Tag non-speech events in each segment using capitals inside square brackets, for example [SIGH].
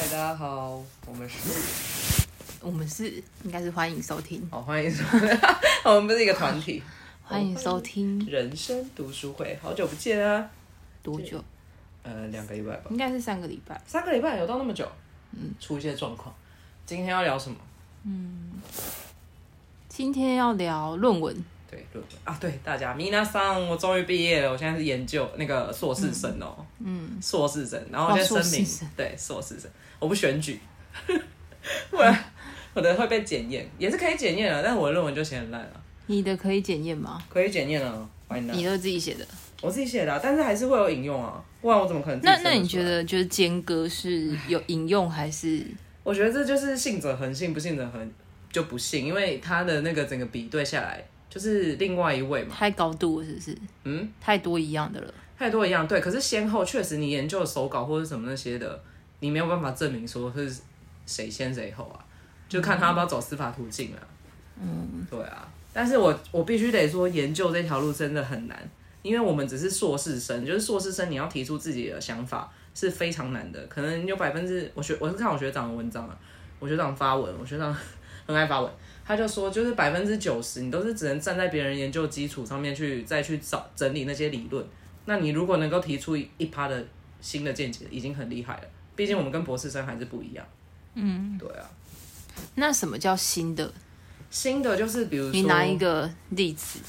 大家好，我们是，我们是应该是欢迎收听，好欢迎收，我们不是一个团 [LAUGHS] 体，欢迎收听人生读书会，好久不见啊，多久？呃，两个礼拜吧，应该是上个礼拜。三个礼拜有到那么久，嗯，出一些状况。今天要聊什么？今天要聊论文，对，论文啊，对大家，米娜桑，我终于毕业了，我现在是研究那个硕士生哦、嗯，硕士生，然后我哦先声明，硕士生对，硕士生，我不选 [LAUGHS] 举，不然 [LAUGHS] 我的会被检验，也是可以检验啊，但是我的论文就写很烂啊，你的可以检验吗？可以检验啊，Why not？你都自己写的。我自己写的啊、但是还是会有引用啊，不然我怎么可能自己那生那你出来觉？得就是间隔是有引用还是？我觉得这就是信者恒信，不信者恒就不信，因为他的那个整个比对下来，就是另外一位嘛，太高度了是不是？嗯，太多一样的了。太多一样对。可是先后确实，你研究的手稿或者什么那些的，你没有办法证明说是谁先谁后啊，就看他要不要走司法途径啊。嗯，对啊。但是我我必须得说，研究这条路真的很难，因为我们只是硕士生，就是硕士生你要提出自己的想法是非常难的，可能有百分之我学我是看我学长的文章啊，我学长发文，我学长很爱发文，他就说就是百分之九十你都是只能站在别人研究基础上面去再去找整理那些理论，那你如果能够提出一一趴的新的见解，已经很厉害了，毕竟我们跟博士生还是不一样。嗯，对啊，那什么叫新的？新的就是比如说你拿一个例子，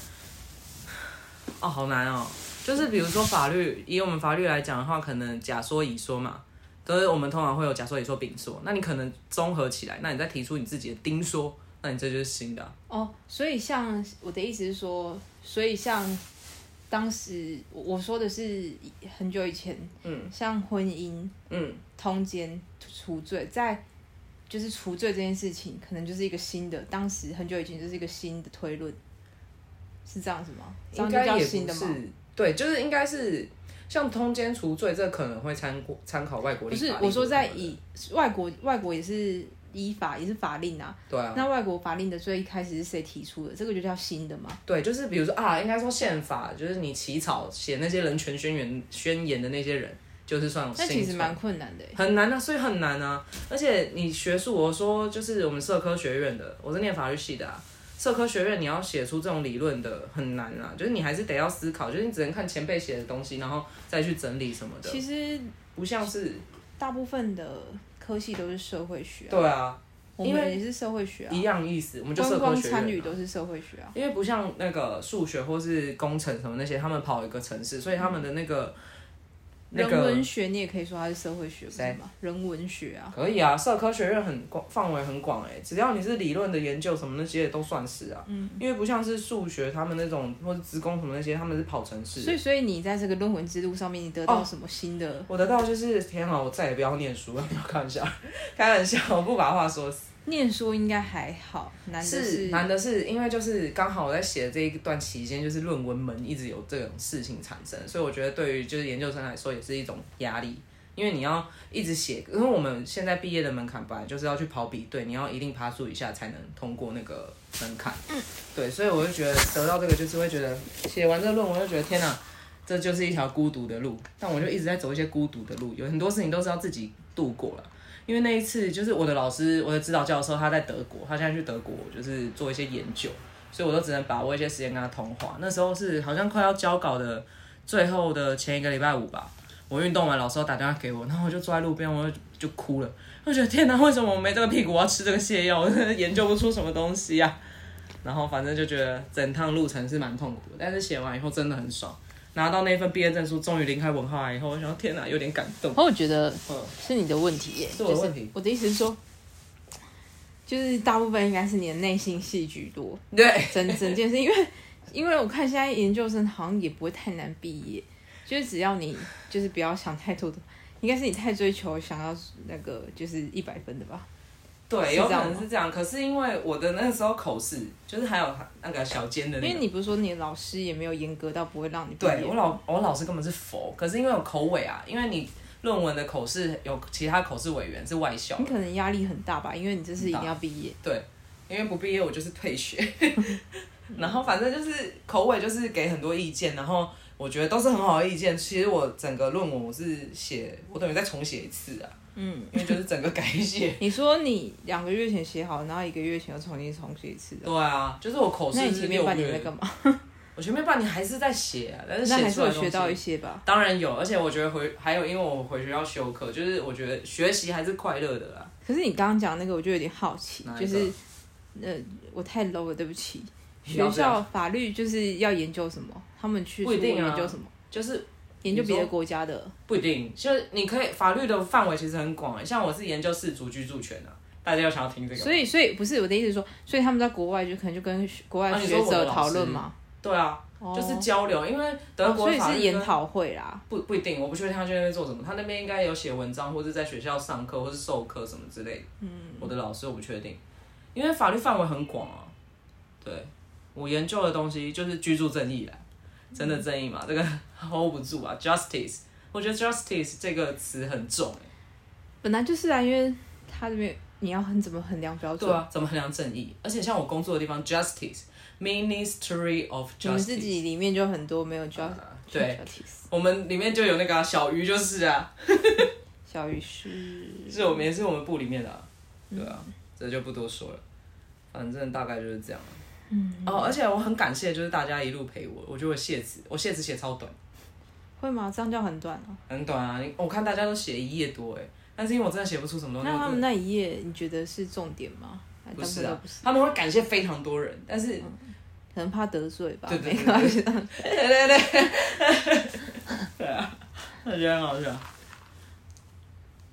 哦，好难哦。就是比如说法律，以我们法律来讲的话，可能假说、乙说嘛，都是我们通常会有假说、乙说、丙说。那你可能综合起来，那你再提出你自己的丁说，那你这就是新的啊、哦，所以像我的意思是说，所以像当时我我说的是很久以前，嗯，像婚姻嗯，通奸除罪，在就是除罪这件事情，可能就是一个新的，当时很久以前就是一个新的推论，是这样子吗？这应样该就叫也新不的是吗？。对，就是应该是像通奸除罪，这可能会参过参考外国立不法是例或，者我说在什么的以外国外国也是依法也是法令啊，对啊，那外国法令的最一开始是谁提出的？这个就叫新的吗？对，就是比如说啊，应该说宪法，就是你起草写那些人权宣言宣言的那些人，就是算那其哦新实创蛮困难的欸。很难啊，所以很难啊。而且你学术，我说就是我们社科学院的，我是念法律系的、啊，社科学院你要写出这种理论的很难啊，就是你还是得要思考，就是你只能看前辈写的东西，然后再去整理什么的，其实不像是大部分的科系都是社会学、啊，对啊，我因为们也是社会学啊一，样意思，我们就社观科光学院啊、参与都是社会学啊。因为不像那个数学或是工程什么那些，他们跑一个城市，所以他们的那个、那人个文学你也可以说它是社会学，不谁是吗？人文学啊，可以啊，社科学院很广，范围很广哎、只要你是理论的研究什么那些都算是啊。嗯，因为不像是数学他们那种或者职工什么那些，他们是跑城所市。以所以你在这个论文之路上面，你得到什么新的？我得到就是天啊，我再也不要念书了， [LAUGHS] 不要开玩笑，开玩笑，我不把话说死。念书应该还好，难的是难的是，因为就是刚好我在写的这一段期间，就是论文门一直有这种事情产生，所以我觉得对于就是研究生来说也是一种压力，因为你要一直写，因为我们现在毕业的门槛本来就是要去跑比对，你要一定爬树以下才能通过那个门槛。嗯，对，所以我就觉得得到这个就是会觉得写完这个论文就觉得天哪、这就是一条孤独的路，但我就一直在走一些孤独的路，有很多事情都是要自己度过了。因为那一次就是我的老师，我的指导教授他在德国，他现在去德国就是做一些研究，所以我都只能把握一些时间跟他通话。那时候是好像快要交稿的最后的前一个礼拜五吧，我运动完，老师要打电话给我，然后我就坐在路边，我就就哭了，我就觉得天哪，为什么我没这个屁股，我要吃这个泻药，我 [LAUGHS] 真的研究不出什么东西啊。然后反正就觉得整趟路程是蛮痛苦的，但是写完以后真的很爽。嗯拿到那份毕业证书，终于离开文化以后，我想说天哪，有点感动然。后我觉得嗯，是你的问题耶，是我的问题就是我的意思是说，就是大部分应该是你的内心戏居多，对，整整件事，因为因为我看现在研究生好像也不会太难毕业，就是只要你就是不要想太多的，应该是你太追求想要那个就是一百分的吧？对，是有这可样能吗是这样。可是因为我的那时候口试，就是还有那个小尖的因那为个。你不是说你的老师也没有严格到不会让你毕业对我老我老师根本是佛，可是因为有口尾啊，因为你论文的口试有其他口试委员是外校你，可能压力很大吧？因为你这次一定要毕业，对，因为不毕业 [LAUGHS] 我就是退学。然后反正就是口尾就是给很多意见，然后我我觉得都是很好的意见。其实我整个论文我是写，我等于再重写一次啊，嗯，。因为就是整个改写 [LAUGHS] 你说你两个月前写好，然后一个月前又重新重写一次的，对啊，就是我口试那你是前面六半年在月，干嘛？我前面半年还是在写啊，但是那还写是出来的有东西学到一些吧。当然有，而且我觉得回还有，因为我回学校休课，就是我觉得学习还是快乐的啦。可是你刚刚讲那个，我就有点好奇哪，一就个是呃，我太 low 了，对不起。不要学这样校法律就是要研究什么？他们去不一出国定啊研究什么？就是研究别你的说国家的。不一定，就是你可以法律的范围其实很广欸，像我是研究氏族居住权啊，大家有想要听这个吗？所以，所以不是我的意思是说，所以他们在国外就可能就跟学国外啊你学说我的者老师讨论嘛，对啊，哦就是交流，因为德哦国所以法是律研跟讨会啦。不不一定，我不确定他去那边做什么，他那边应该有写文章或者在学校上课或是授课什么之类的。嗯，我的老师我不确定，因为法律范围很广啊。对，我研究的东西就是居住正义啦，嗯真的正义嘛，这个 hold 不住啊，justice。我觉得 justice 这个词很重、欸，本来就是啊，因为他这边你要很怎么衡量标对准？啊，怎么衡量正义？而且像我工作的地方，Justice Ministry of 你们 Justice，自己里面就很多没有教啊对，教提示我们里面就有那个啊、小鱼，就是啊，小于是是我们也是我们部里面的、啊，对啊，这就不多说了，反正大概就是这样。嗯，哦，而且我很感谢，就是大家一路陪我，我觉得我谢词，我谢词写超短，会吗？这样叫很短哦。很短啊，你我看大家都写一页多哎，但是因为我真的写不出什么东西，那他我们那一页你觉得是重点吗？还真的不大部是分都啊不是，，他们会感谢非常多人，但是可能怕得罪吧。对对没对关系，对对对， [LAUGHS] 对啊，我觉得很好笑。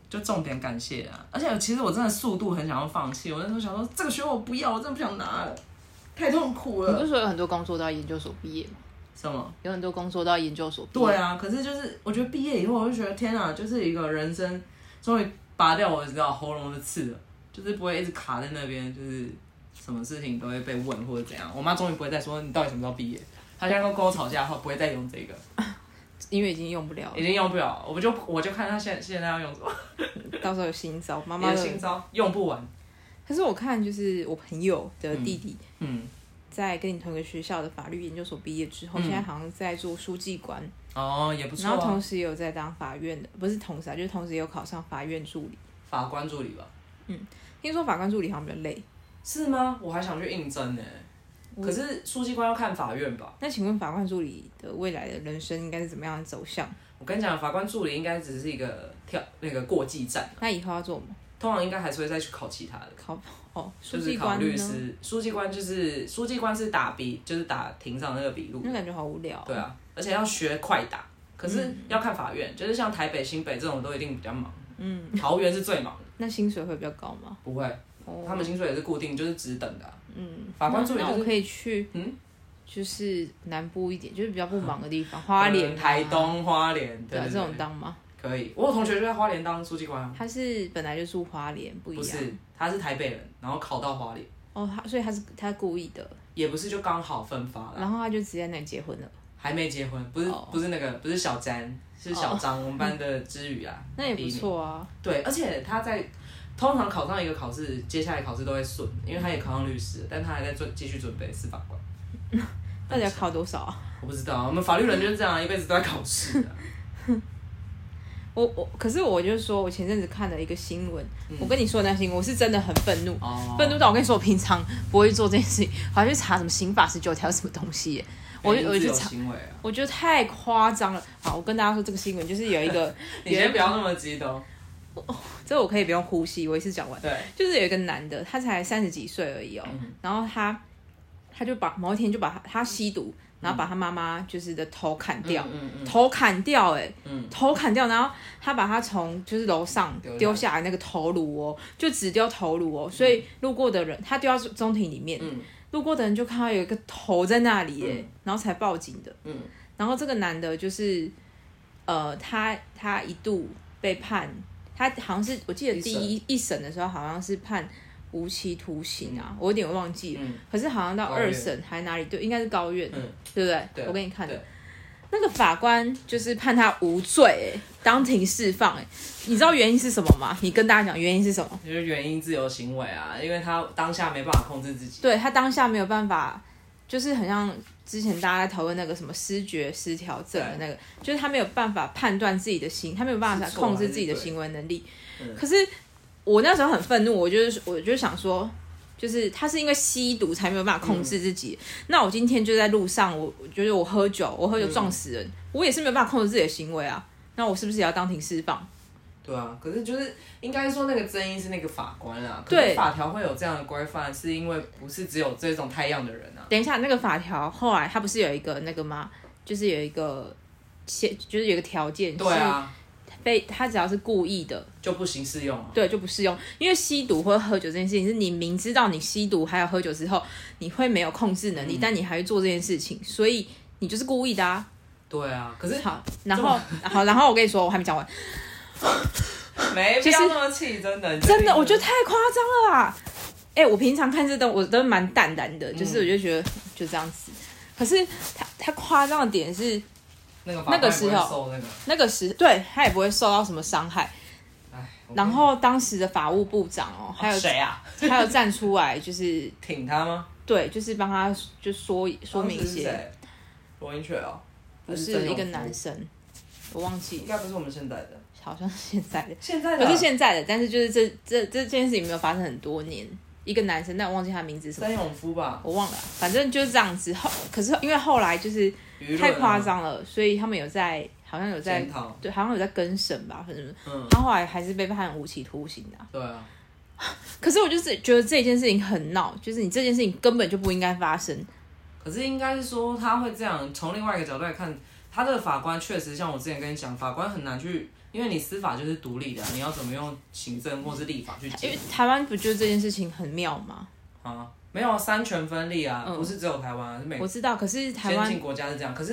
就重点感谢啊！而且其实我真的速度很想要放弃，我那时候想说这个学我不要，我真的不想拿了，太痛苦你不了。是说有很多工作都要研究所毕业吗？什么？有很多工作都要研究所毕业。对啊，可是就是我觉得毕业以后，我就觉得天啊，就是一个人生终于拔掉我知道喉咙的刺了，就是不会一直卡在那边，就是什么事情都会被问或者怎样。我妈终于不会再说你到底什么时候毕业，她现在跟我吵架的话不会再用这个。因为已经用不了已 [LAUGHS] 了，经用不了，我就我就看他现现在要用什么，到时候有新招。妈你妈的的新招用不完。可是我看就是我朋友的弟弟嗯，在跟你同一个学校的法律研究所毕业之后，嗯现在好像在做书记官，哦，也不错然后啊，同时也有在当法院的，不是同时啊，就是同时也有考上法院助理。法官助理吧？听说法官助理好像比较累，是吗？我还想去应征呢、我可是书记官要看法院吧？那请问法官助理的未来的人生应该是怎么样的走向？我跟你讲，法官助理应该只是一个跳那个过继站，那以后要做什么？通常应该还是会再去考其他的，考哦，书就是记考官律呢？师。书记官就是书记官是打笔，就是打庭上那个笔录那。感觉好无聊。对啊，而且要学快打，可是要看法院，就是像台北、新北这种都一定比较忙，嗯，桃园是最忙的，那薪水会比较高吗？不会。哦，他们薪水也是固定，就是只等的啊、嗯，法官助理那就那我是可以去，嗯，就是南部一点，就是比较不忙的地方，花莲、啊呃台，东、花莲，对对啊，对这对种当吗？可以。我有同学就在花莲当书记官啊，他是本来就住花莲，不一不样。是，他是台北人，然后考到花莲，哦，他所以他是他故意的，也不是就刚好分发了，然后他就直接在那里结婚了。还没结婚，不是、哦不是那个不是小詹，是小张，我们班的之宇啊， [LAUGHS] 那也第不一名。错啊，对，而且他在通常考上一个考试，接下来考试都会顺，因为他也考上律师，但他还在准继续准备司法官。到底要考多少啊？我不知道，我们法律人就是这样啊，一辈子都在考试、啊。我我可是我就说，我前阵子看了一个新闻，嗯我跟你说的那新闻，我是真的很愤怒， [LAUGHS] 哦，愤怒到我跟你说，我平常不会做这件事情，还去查什么刑法十九条什么东西耶，我就我哎自就由查。行为啊。我觉得太夸张了。好，我跟大家说这个新闻，就是有一个，你先不要那么激动。这我可以不用呼吸，我一次讲完。对，就是有一个男的，他才三十几岁而已哦，然后他他就把某一天就把他他吸毒，然后把他妈妈就是的头砍掉，嗯嗯头砍掉、欸，哎、嗯头砍掉，然后他把他从就是楼上丢下来丢下来那个头颅哦，就只丢头颅哦，所以路过的人他丢到中庭里面，嗯路过的人就看到有一个头在那里、欸，嗯然后才报警的，嗯然后这个男的就是呃，他他一度被判，他好像是我记得第一一审的时候好像是判无期徒刑啊，我有点忘记了。嗯可是好像到高院二审还哪里对，应该是高院，嗯，对不对？对我给你看的对。那个法官就是判他无罪、欸，当庭释放、欸，你知道原因是什么吗？你跟大家讲原因是什么？就是原因自由行为啊，因为他当下没办法控制自己。对他当下没有办法，就是很像之前大家在讨论那个什么失觉失调症的那个，就是他没有办法判断自己的行，他没有办法是错控制还是自己的对行为能力嗯。可是我那时候很愤怒，我就是我就想说，就是他是因为吸毒才没有办嗯法控制自己。那我今天就在路上，我我觉得我喝酒，我喝嗯酒撞死人，我也是没有办法控制自己的行为啊。那我是不是也要当庭释放？对啊，可是就是应该说那个争议是那个法官啊，可对是法条会有这样的规范，是因为不是只有这种太样的人啊。等一下，那个法条后来他不是有一个那个吗？就是有一个先，就是有一个条件，对啊，是被他只要是故意的，就不行适用啊。对就不适用。因为吸毒或喝酒这件事情，是你明知道你吸毒还有喝酒之后，你会没有控制能力，但你还会做这件事情，所以你就是故意的啊。对啊，可是 [LAUGHS] 好，然后 [LAUGHS] 好，然后我跟你说，我还没讲完，没必就是要那么气，真的真的，我觉就得太夸张了啦。哎、我平常看这都我都蛮淡然的，就是我就觉得就这样子。可是他他夸张的点是，那个法官那个时候也不会受那个，那个时，对他也不会受到什么伤害。哎，我然后当时的法务部长哦，还有、谁啊？还有站出来，就是挺他吗？对，就是帮他就说说明一当时是些，谁。罗英雀哦，不还郑是永一个福男，生，我忘应记，该不是我们现在的，好像是现在 [LAUGHS] 的，现在的不是现在的，但是就是这这这件事情没有发生很多年，一个男生，但我忘记他名字是什么，曾永夫吧？我忘了，啊反正就是这样子。后可是因为后来就是舆论啊太夸，张了，所以他们有在好像有在检讨对，好像有在更审吧，反正嗯，他后来还是被判无期徒刑的啊、对啊，可是我就是觉得这件事情很闹，就是你这件事情根本就不应该发生。可是应该是说他会这样，从另外一个角度来看，他这个法官确实像我之前跟你讲，法官很难去，因为你司法就是独立的，你要怎么用行政或是立法去因为解台湾不就是这件事情很妙吗？啊？没有啊三权分立啊，嗯不是只有台湾啊，是美我国知道，可是台先湾进，国家是这样，可是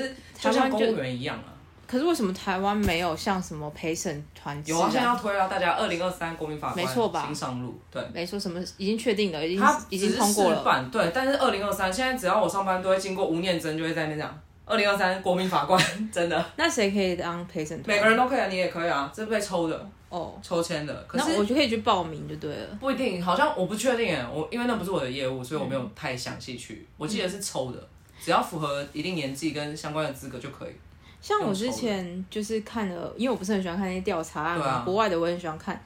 就台湾像就公务员一样啊。可是为什么台湾没有像什么陪审团制有啊，现在要推啊，大家二零二三国民法官没错吧新上路，对，没说什么已经确定了，已经他已经通过了。版对，但是二零二三现在只要我上班都会经过吴念真，就会在那边讲二零二三国民法官， [LAUGHS] 真的那谁可以当陪审团？每个人都可以，啊，你也可以啊，这是被抽的哦，抽签的，可那我是就可以去报名就对了。不一定，好像我不确定哎，我因为那不是我的业务，所以我没有太详细去，我记得是抽嗯的，只要符合一定年纪跟相关的资格就可以。像我用手之的前就是看了，因为我不是很喜欢看那些调查案嘛，对啊国外的我很喜欢看。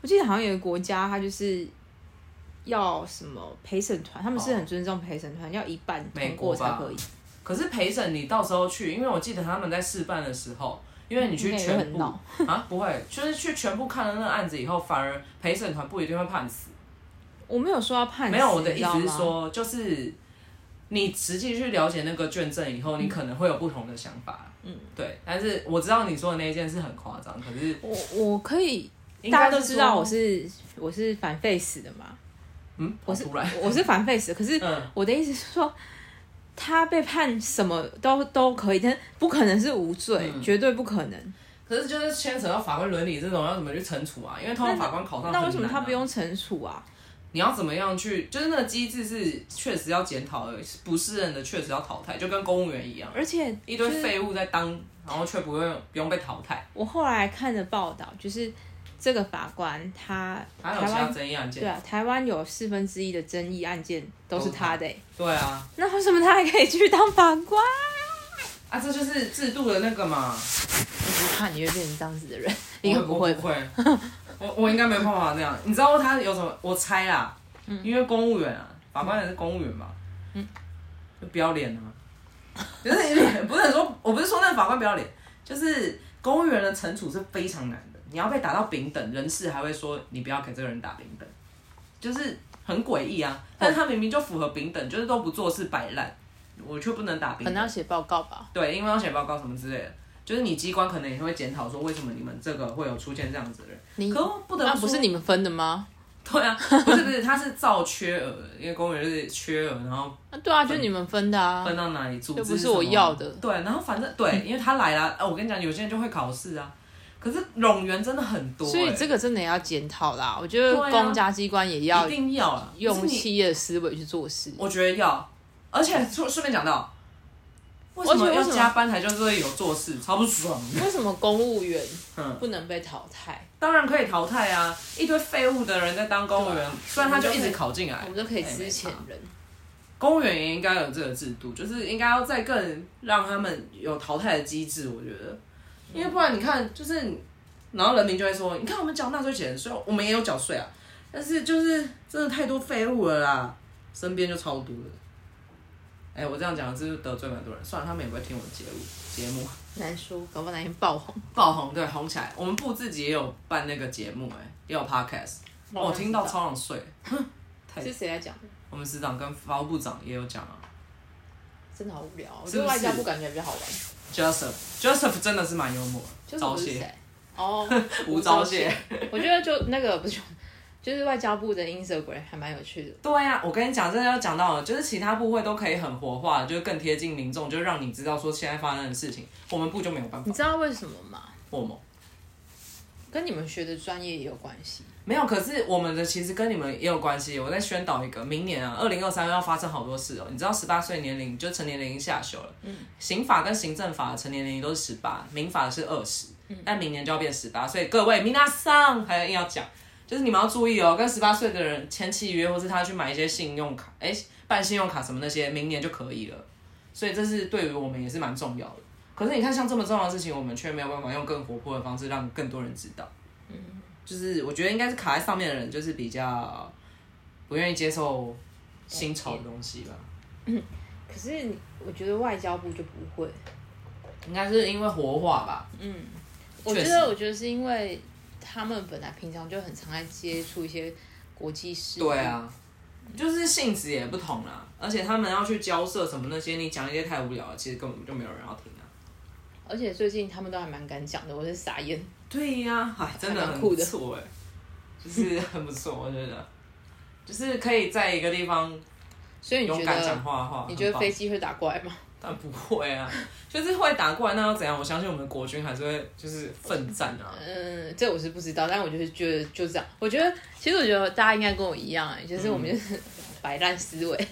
我记得好像有一个国家，它就是要什么陪审团，他们是哦很尊重陪审团，要一半美通国过才吧可以。可是陪审你到时候去，因为我记得他们在试办的时候，因为你去应该嗯也全很部闹啊不会，就是去全部看了那个案子以后，反而陪审团不一定会判死。我没有说要判死，没有，我的你意知道思是吗，说，就是你实际去了解那个卷证以后，嗯你可能会有不同的想法。嗯，对。但是我知道你说的那一件事很夸张，可是我我可以，应大该家都是知道说我是我是反 face 的嘛，嗯，我好是突然， [LAUGHS] 我是 [LAUGHS] 反 face，可是嗯，我的意思是说，他被判什么都都可以，但不可能是无罪，嗯绝对不可能。可是就是牵扯到法官伦理这种要怎么去惩处啊？因为通常法官考上、那为什么他不？用惩处啊？你要怎么样去？就是那个机制是确实要检讨的，不是人的确实要淘汰，就跟公务员一样，而且一堆就是废物在当，然后却不用不用被淘汰。我后来看的报道，就是这个法官他还台有其他湾争议案件对，啊，台湾有四分之一的争议案件都是都是他他的欸、对啊，那为什么他还可以去当法官？啊，这就是制度的那个嘛。我不怕你会变成这样子的人，应我该不不会吧不？会，我我应该没办法那样。你知道他有什么？我猜啦，因为公务员啊，法官也是公务员嘛，嗯，就不要脸啊， [LAUGHS] 就是有点不是说，我不是说那个法官不要脸，就是公务员的惩处是非常难的，你要被打到丙等，人事还会说你不要给这个人打丙等，就是很诡异啊。但是他明明就符合丙等，就是都不做事摆烂，我却不能打丙可等能。要写报告吧。对，因为要写报告什么之类的，就是你机关可能也会检讨说为什么你们这个会有出现这样子的人。你可不得嗯那不不说是你们 [LAUGHS] 分的吗？对啊，不是不是，他是造缺额的，因为公务员就是缺额，然后啊，对啊，就是你们分的啊。分到哪里组织又不是什么我要的对，然后反正对，因为他来了，呃我跟你讲，有些人就会考试啊，可是冗员真的很多、欸，所以这个真的也要检讨啦。我觉得对啊公家机关也要一定要啊，用就是你企业的思维去做事。我觉得要，而且顺顺便讲到，为而什且么为要什么加班才叫做有做事，超不爽的。为什么公务员嗯不能被淘汰？当然可以淘汰啊！一堆废物的人在当公务对员啊，虽然他就一直考进来，我们都可以哎之前没差人。公园也应该有这个制度，就是应该要再更让他们有淘汰的机制，我觉得，嗯因为不然你看，就是然后人民就会说，你看我们缴纳税钱，虽然我们也有缴税啊，但是就是真的太多废物了啦，身边就超多了。哎、我这样讲是不是得罪蛮多人？算了，他们也不会听我节目节目。难说，搞不好哪天爆红。爆红，对，红起来。我们部自己也有办那个节目、哎，也有 podcast，我、我知道哦听到超哎想睡。太哦是谁来讲的？我们师长跟法务部长也有讲啊真的好无聊哦，我是觉不得是外交部感觉比较好玩。 ，Joseph Joseph 真的是蛮幽默的，就是早不是泄谁？哦， [LAUGHS] [LAUGHS] 无招谢。我觉得就那个不是，就是外交部的 Instagram 还蛮有趣的。对呀、我跟你讲，这要讲到了，就是其他部会都可以很活化，就是更贴近民众，就让你知道说现在发生的事情，我们部就没有办法你。知道为什么吗？我们跟你们学的专业也有关系。没有，可是我们的其实跟你们也有关系。我在宣导一个，明年啊，二零二三要发生好多事哦。你知道，十八岁年龄就成年龄下修了，刑法跟行政法的成年龄都是十八，民法是二十、但明年就要变十八，所以各位明大上还硬要讲，就是你们要注意哦，跟十八岁的人签契约，或是他去买一些信用卡，哎，办信用卡什么那些，明年就可以了。所以这是对于我们也是蛮重要的。可是你看，像这么重要的事情，我们却没有办法用更活泼的方式让更多人知道。就是我觉得应该是卡在上面的人，就是比较不愿意接受新潮的东西吧。可是你我觉得外交部就不会。应该是因为活化吧，我觉确得，我觉得是因为他们本来平常就很常在接触一些国际事务。对，啊，就是性质也不同啦，而且他们要去交涉什么那些，你讲一些太无聊了，其实根本就没有人要听啊。而且最近他们都还蛮敢讲的，我是傻眼。对呀、哎，真的还很蛮酷不的错哎，就是 [LAUGHS] 很不错，我觉得，就是可以在一个地方所以你勇觉敢讲得话的话，你觉很得棒飞机会打过来吗？但不会啊，就是会打过来，那又怎样？我相信我们国军还是会就是奋战啊。嗯，这我是不知道，但我就是觉得就这样。我觉得其实我觉得大家应该跟我一样、哎，就是我们就是、嗯 [LAUGHS] 摆烂思维，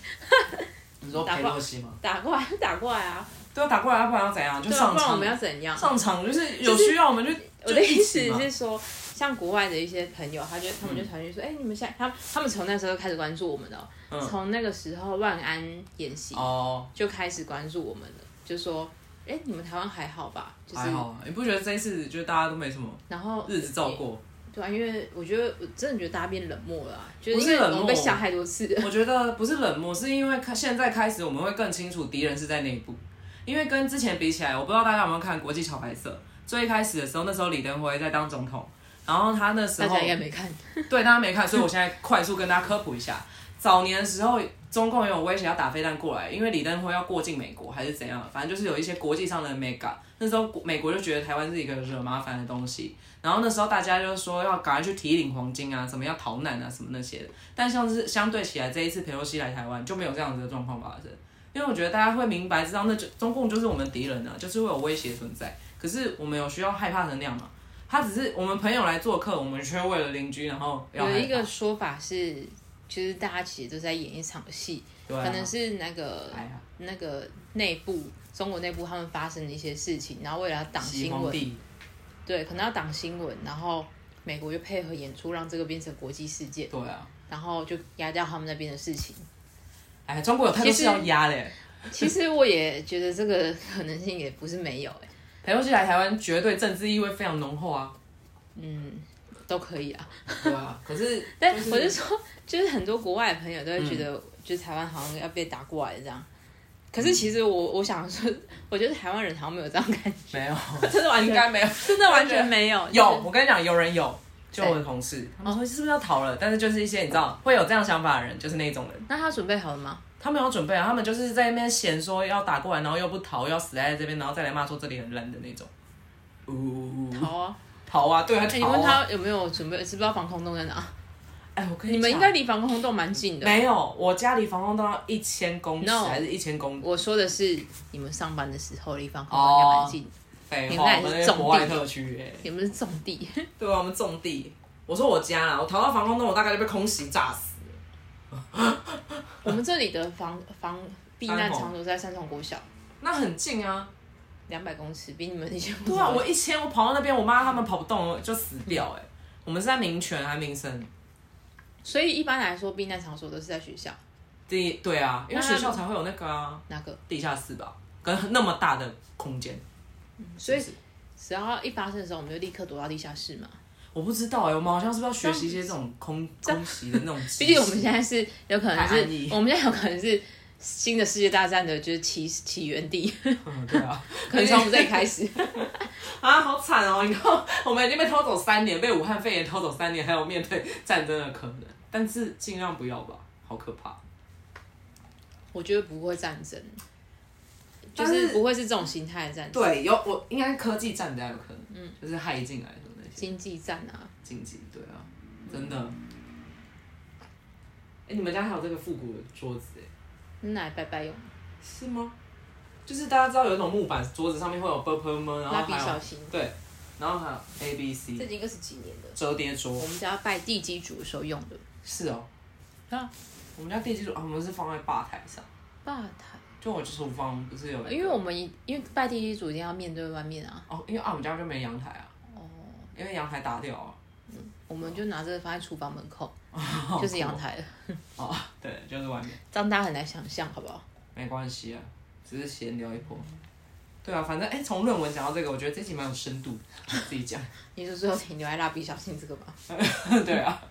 你说佩洛西吗？打过来就打过来啊，对啊，打过来，不然要怎样？就对啊，上不然我场们，要怎样？上场就是有需要我们就。我就的一意思起嘛嗯是说，像国外的一些朋友，他就他们就传讯说，哎、你们现在他们他们从那时候就开始关注我们了哦，嗯从、那个时候万安演习哦，就开始关注我们了，就说，哎、你们台湾还好吧？就是还，好啊，你不觉得这一次就大家都没什么然后日子照过？对啊，因为我觉得我真的觉得大家变冷漠了啊、就不因是为我冷们漠被吓太多次了。我觉得不是冷漠，是因为看现在开始我们会更清楚敌人是在内部，因为跟之前比起来，我不知道大家有没有看《国际桥牌社》。最一开始的时候，那时候李登辉在当总统，然后他那时大候家应该没看，对，大家没看，所以我现在快速跟大家科普一下。早年的时候，中共也有威胁要打飞弹过来，因为李登辉要过境美国还是怎样，反正就是有一些国际上的 mega。那时候国美国就觉得台湾是一个惹麻烦的东西，然后那时候大家就说要赶快去提领黄金啊，什么要逃难啊，什么那些的。但像是相对起来，这一次佩洛西来台湾就没有这样子的状况发生，因为我觉得大家会明白知道，那就中共就是我们敌人啊，就是会有威胁存在。可是我们有需要害怕成那样吗？他只是我们朋友来做客，我们却为了邻居，然后要害有怕一个说法是，就是大家其实都在演一场戏，对啊可能是那个哎呀那个内部中国内部他们发生的一些事情，然后为了要挡西新皇闻，帝，对，可能要挡新闻，然后美国就配合演出，让这个变成国际事件，对啊，然后就压掉他们那边的事情。 [LAUGHS] 哎，中国有太多其实事要压嘞。其实我也觉得这个可能性也不是没有、欸，裴洛西来台湾，绝对政治意味非常浓厚啊。嗯，都可以啊。对啊，可是但就是嗯我是说，就是很多国外的朋友都会觉得，就是台湾好像要被打过来这样。可是其实我我想说，我觉得台湾人好像没有这样感 [LAUGHS] 觉，没有，真的完应全该 [LAUGHS] 没有。真的完全没有。有，就是我跟你讲，有人有，就谁我的同事，他们说是不是要逃了？但是就是一些你知道会有这样想法的人，就是那种人，那他准备好了吗？他们有准备啊，他们就是在那边嫌说要打过来，然后又不逃，要死在这边，然后再来骂说这里很烂的那种。呜，好啊，逃啊，对啊，哎、逃你啊问他有没有准备，知不知道防空洞在哪？哎，我跟你们讲应该离防空洞蛮近的。没有，我家离防空洞要一千公尺 No 还是一千公里？我说的是你们上班的时候离防空洞应该蛮近的，废你话，们那我也是们那是重地国外特区哎耶、你们是重 [LAUGHS] 地。对啊，我们种地。我说我家啦，我逃到防空洞，我大概就被空袭炸死。我们这里的防防避难场所在三重国小，那很近啊，两百公尺，比你们以前对啊，我一千，我跑到那边，我妈他们跑不动就死掉哎、我们是在民权还民生？所以一般来说避难场所都是在学校。第对啊，因为那学校才会有那个啊，哪个？地下室吧，跟那么大的空间，嗯所以只要一发生的时候，我们就立刻躲到地下室嘛。我不知道哎、我们好像是不是要学习一些这种空空袭的那种 [LAUGHS] 知识？毕竟我们现在是有可能太安逸是，我们现在有可能是新的世界大战的就是起起 [LAUGHS] 源地，嗯对啊，可能从我们这里开始。啊，好惨哦！你看，我们已经被偷走三年，被武汉肺炎偷走三年，还有面对战争的可能，但是尽量不要吧，好可怕。我觉得不会战争，就但是是不会是这种形态的战争，对，有我应该科技战比较有可能，嗯，就是害进来什么那些经济战啊，经济，对啊，真的。哎、你们家还有这个复古的桌子哎、拿来拜拜用，是吗？就是大家知道有一种木板桌子上面会有 b u r p l e 然蜡后笔还小有新，对，然后还有 A B 这已 C 经二十几年了。折叠桌我，们家拜地基主的时候用的是哦，啊，我们家地基主啊，我们是放在吧台上，吧台，就我厨房不是有一个，因为我们一因为拜地基主一定要面对外面啊，哦，因为啊，我们家就没阳台啊，哦，因为阳台打掉啊。我们就拿这个放在厨房门口， [LAUGHS] 就是阳台了。哦， [LAUGHS] 对，就是外面，这样大家很难想象，好不好？没关系啊，只是闲聊一波。对啊，反正哎，从论文讲到这个，我觉得这集蛮有深度的，自己讲。你是最后停留在蜡笔小新这个 [LAUGHS] 吗？ [LAUGHS] 对啊，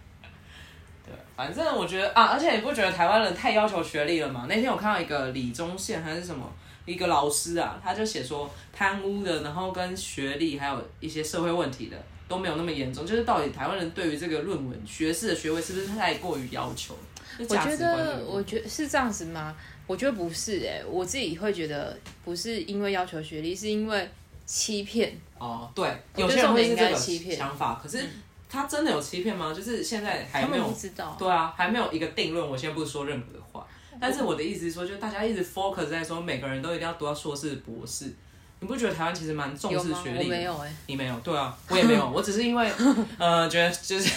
对，反正我觉得啊，而且你不觉得台湾人太要求学历了吗？那天我看到一个李宗宪还是什么一个老师啊，他就写说贪污的，然后跟学历还有一些社会问题的都没有那么严重，就是到底台湾人对于这个论文学士的学位是不是太过于要求？就我价觉值观这个得，部分我觉得是这样子吗？我觉得不是哎、我自己会觉得不是因为要求学历，是因为欺骗。哦，对，我觉得有些人会是重点这应个该是欺骗嗯想法，可是他真的有欺骗吗？就是现在还他没们有不，知道，对啊，还没有一个定论。我先不说任何的话，嗯但是我的意思是说，就大家一直 focus 在说每个人都一定要读到硕士、博士，你不觉得台湾其实蛮重有视吗？学我历没的？有哎、你没有，对啊，我也没 [LAUGHS] 有，我只是因为呃，觉得就是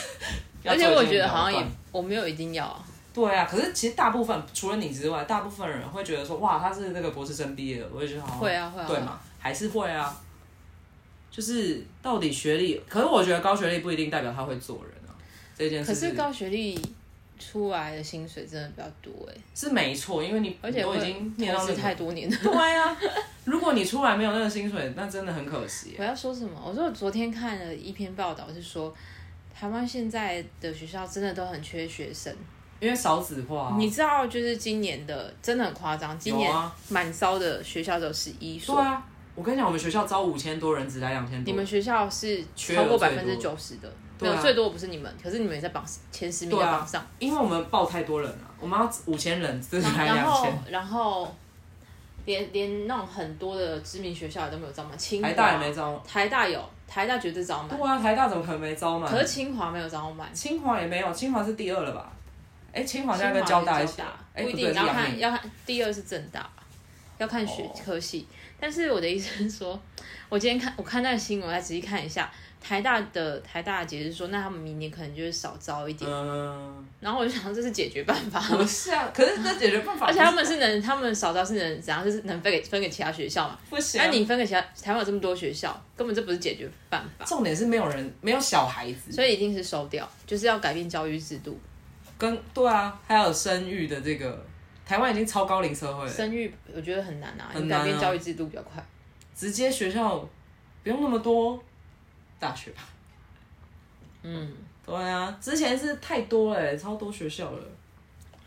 要而做一些了断，且我觉得好像也我没有一定要啊，对啊，可是其实大部分除了你之外，大部分人会觉得说，哇，他是那个博士生毕业了，我就觉得好像会啊会啊，对嘛，还是会啊。就是到底学历，可是我觉得高学历不一定代表他会做人啊，这件可事是高学历出来的薪水真的比较多哎、是没错，因为你而且都我已经念到投这资个太 [LAUGHS] 多年了。对啊，如果你出来没有那个薪水，那真的很可惜。我要说什么？我说我昨天看了一篇报道，是说台湾现在的学校真的都很缺学生。因为少子化啊、你知道，就是今年的真的很夸张，今有年啊，满招的学校只有十一对所。啊，我跟你讲，我们学校招五千多人，只来两千多。你们学校是缺超过额最百分之九十的，没对啊有最多不是你们，可是你们也在榜前十名的对啊榜上。因为我们报太多人了、我们要五千人，只然来然两后千，然后连连那种很多的知名学校也都没有招满，清华台大也没招。台大有，台大绝对招满，对啊，台大怎么可能没招满？可是清华没有招满。清华也没有，清华是第二了吧？哎、清华现在跟交大一起清华了哎、跟交，不一不定对，是要阳看明。要看第二是正大，要看学哦科系。但是我的意思是说， [LAUGHS] 我今天看我看那个新闻，我再仔细看一下台大的台大的解释说，那他们明年可能就是少招一点。 [LAUGHS] 嗯，然后我就想，这是解决办 [LAUGHS] 法吗。不是啊，可是那解决办法而不是，且他们是能，他们少招是能怎样？就是能分给分给其他学校嘛？不行啊、那你分给其他台湾有这么多学校，根本这不是解决办法，重点是没有人没有小孩子，所以一定是收掉，就是要改变教育制度，跟对啊，还有生育的这个，台湾已经超高龄社会了，生育我觉得很难啊，很你难改变啊教育制度比较快。直接学校不用那么多大学吧？嗯，对啊，之前是太多了、超多学校了。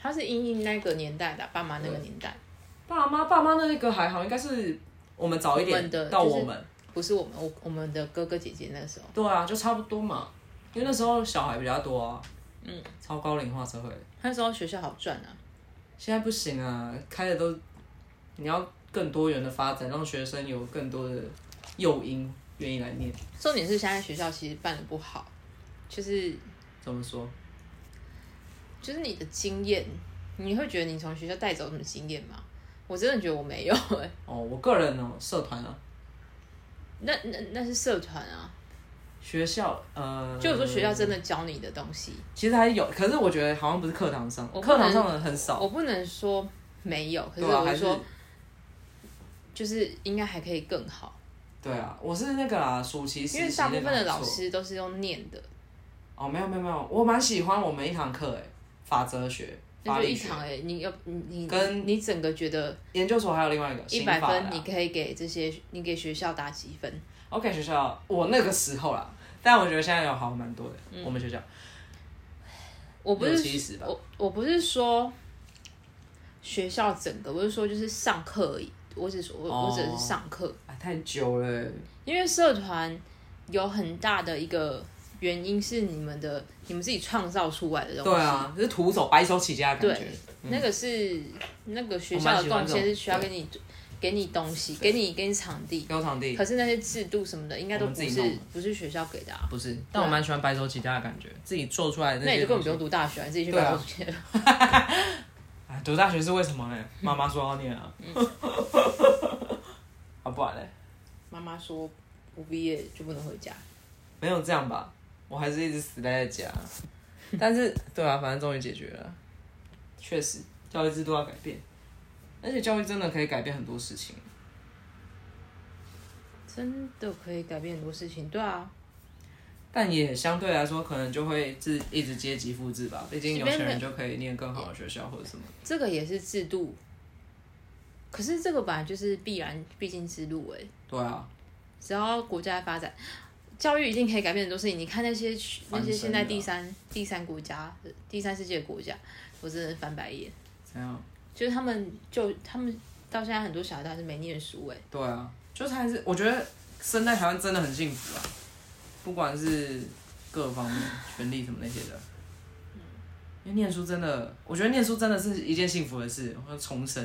他是因应那个年代的啊、爸妈那个年代，爸妈爸妈那个还好，应该是我们早一我点们的到就是我们，不是我们我我们的哥哥姐姐那个时候，对啊，就差不多嘛，因为那时候小孩比较多啊，嗯，超高龄化社会。那时候学校好赚啊，现在不行啊，开的都你要更多元的发展，让学生有更多的诱因愿意来念。重点是现在学校其实办的不好，就是怎么说？就是你的经验，你会觉得你从学校带走什么经验吗？我真的觉得我没有、 [LAUGHS] 欸，哦，我个人哦，社团啊，那那那是社团啊，学校呃，就我说学校真的教你的东西，其实还有，可是我觉得好像不是课堂上，我不课堂能上的很少。我不能说没有，可是对啊，我还会是说就是应该还可以更好，对啊，我是那个啦，暑期因为实习大部那分个啊的还老不错师都是用念的，欸哦，没有没有没有，我蛮喜欢我们一堂课诶，法则学法那就理一学场哎、你要你你跟你整个觉得研究所还有另外一个一刑百法的啊分，你可以给这些你给学校打几分？我给学校，我那个时候啦，但我觉得现在有好蛮多的。嗯我们学校我不六七是十吧，我我不是说学校整个，我是说就是上课而已。我只说我、哦我只是上课，啊太久了。因为社团有很大的一个原因是你们的你们自己创造出来的东西。对啊，就是徒手白手起家的感觉对。那个是那个嗯学我校蛮的喜欢贡这种献是学校给对你给你东西，给你给你场地，有场地可是那些制度什么的应该都我们不自己是弄的不是学校给的、啊，不是，但我蛮喜欢白手起家的感觉，自己做出来的那你些就根东本不西。用读大学啊，你自己去对啊高 [LAUGHS] 中去。哎，读大学是为什么呢？妈妈说要念啊。 [LAUGHS] 啊，不然嘞，妈妈说不毕业就不能回家，没有这样吧？我还是一直死待在家。但是，对啊，反正终于解决了。确实，教育制度要改变，而且教育真的可以改变很多事情。真的可以改变很多事情。对啊，但也相对来说，可能就会是一直阶级复制吧。毕竟有即钱便没人就可以念更好的学校或者什么。这个也是制度，可是这个本来就是必然必经之路哎、对啊，只要国家在发展，教育一定可以改变很多事情。你看那些去翻那身些现的在啊第三第三国家、呃第三世界国家，我真的翻白眼，怎样？就是他们就他们到现在很多小孩都还是没念书哎、对啊，就是还是我觉得生在台湾真的很幸福啊，不管是各方面、权利什么那些的。因为念书真的，我觉得念书真的是一件幸福的事。我要重生，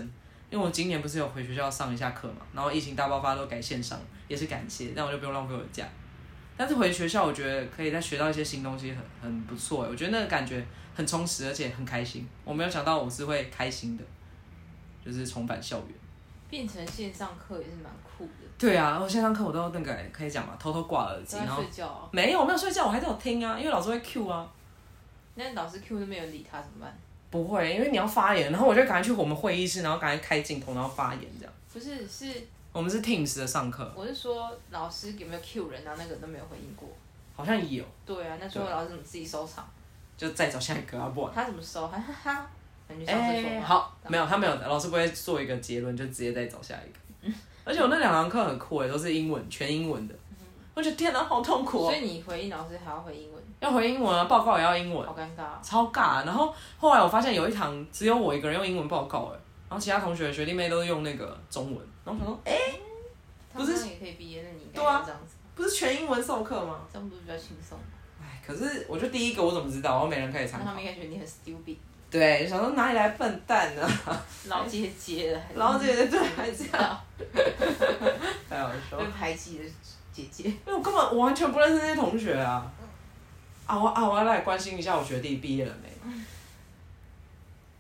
因为我今年不是有回学校上一下课嘛，然后疫情大爆发都改线上，也是感谢，但我就不用浪费我的假。但是回学校，我觉得可以再学到一些新东西很，很不错欸。我觉得那个感觉很充实，而且很开心。我没有想到我是会开心的，就是重返校园。变成线上课也是蛮酷的，对啊，我线上课我都那个、欸、可以讲嘛，偷偷挂耳机，然后觉、哦。没有没有睡觉，我还是有听啊，因为老师会 Q 啊，那老师 Q 都没有理他怎么办？不会，因为你要发言，然后我就赶快去我们会议室，然后赶快开镜头，然后发言这样。不是，是我们是 Teams 的上课，我是说老师有没有 Q 人，然后那个人都没有回应过。好像有，对啊，那最后老师怎么自己收场？就再找下一个啊，不然。他怎么收？哈哈哈，感觉上厕所哎、吗好，没有，他没有，老师不会做一个结论，就直接再找下一个。而且我那两堂课很酷欸诶，都是英文，全英文的。我觉得天哪，好痛苦哦、所以你回应老师还要回英文，要回英文啊，报告也要英文。好尴尬哦。超尬。然后后来我发现有一堂只有我一个人用英文报告，哎，然后其他同学学弟妹都是用那个中文。然后我想说，哎、不是他们也可以毕业，那你应该对啊要这样子，不是全英文授课吗？这样不是比较轻松？哎，可是我就第一个我怎么知道？然后没人可以那参他考们。应该觉得你很 stupid，对，想说哪里来笨蛋呢、 [LAUGHS] 啊？老姐姐了，然后这个对，还还这知样道太好笑被。排挤的姐姐，因为我根本我完全不认识那些同学啊。嗯啊，我啊，我要来关心一下我学弟毕业了没？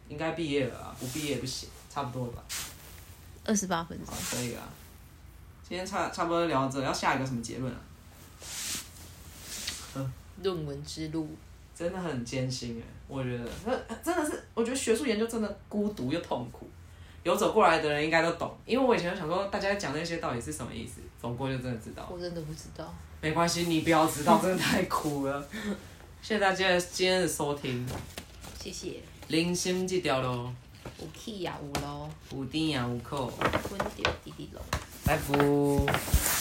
应该毕业了啊，不毕业不行，差不多了吧？二十八分好，可以啊。今天差差不多聊到这，要下一个什么结论啊？论文之路，真的很艰辛哎，我觉得那真的是，我觉得学术研究真的孤独又痛苦。有走过来的人应该都懂，因为我以前就想说，大家讲那些到底是什么意思，走过就真的知道。我真的不知道。没关系，你不要知道，真的太苦了。 [LAUGHS] 谢谢大家今天的收听，谢谢，啊零星这条咯，有气也有咯，有甜也有苦，温掉滴滴咯。拜拜。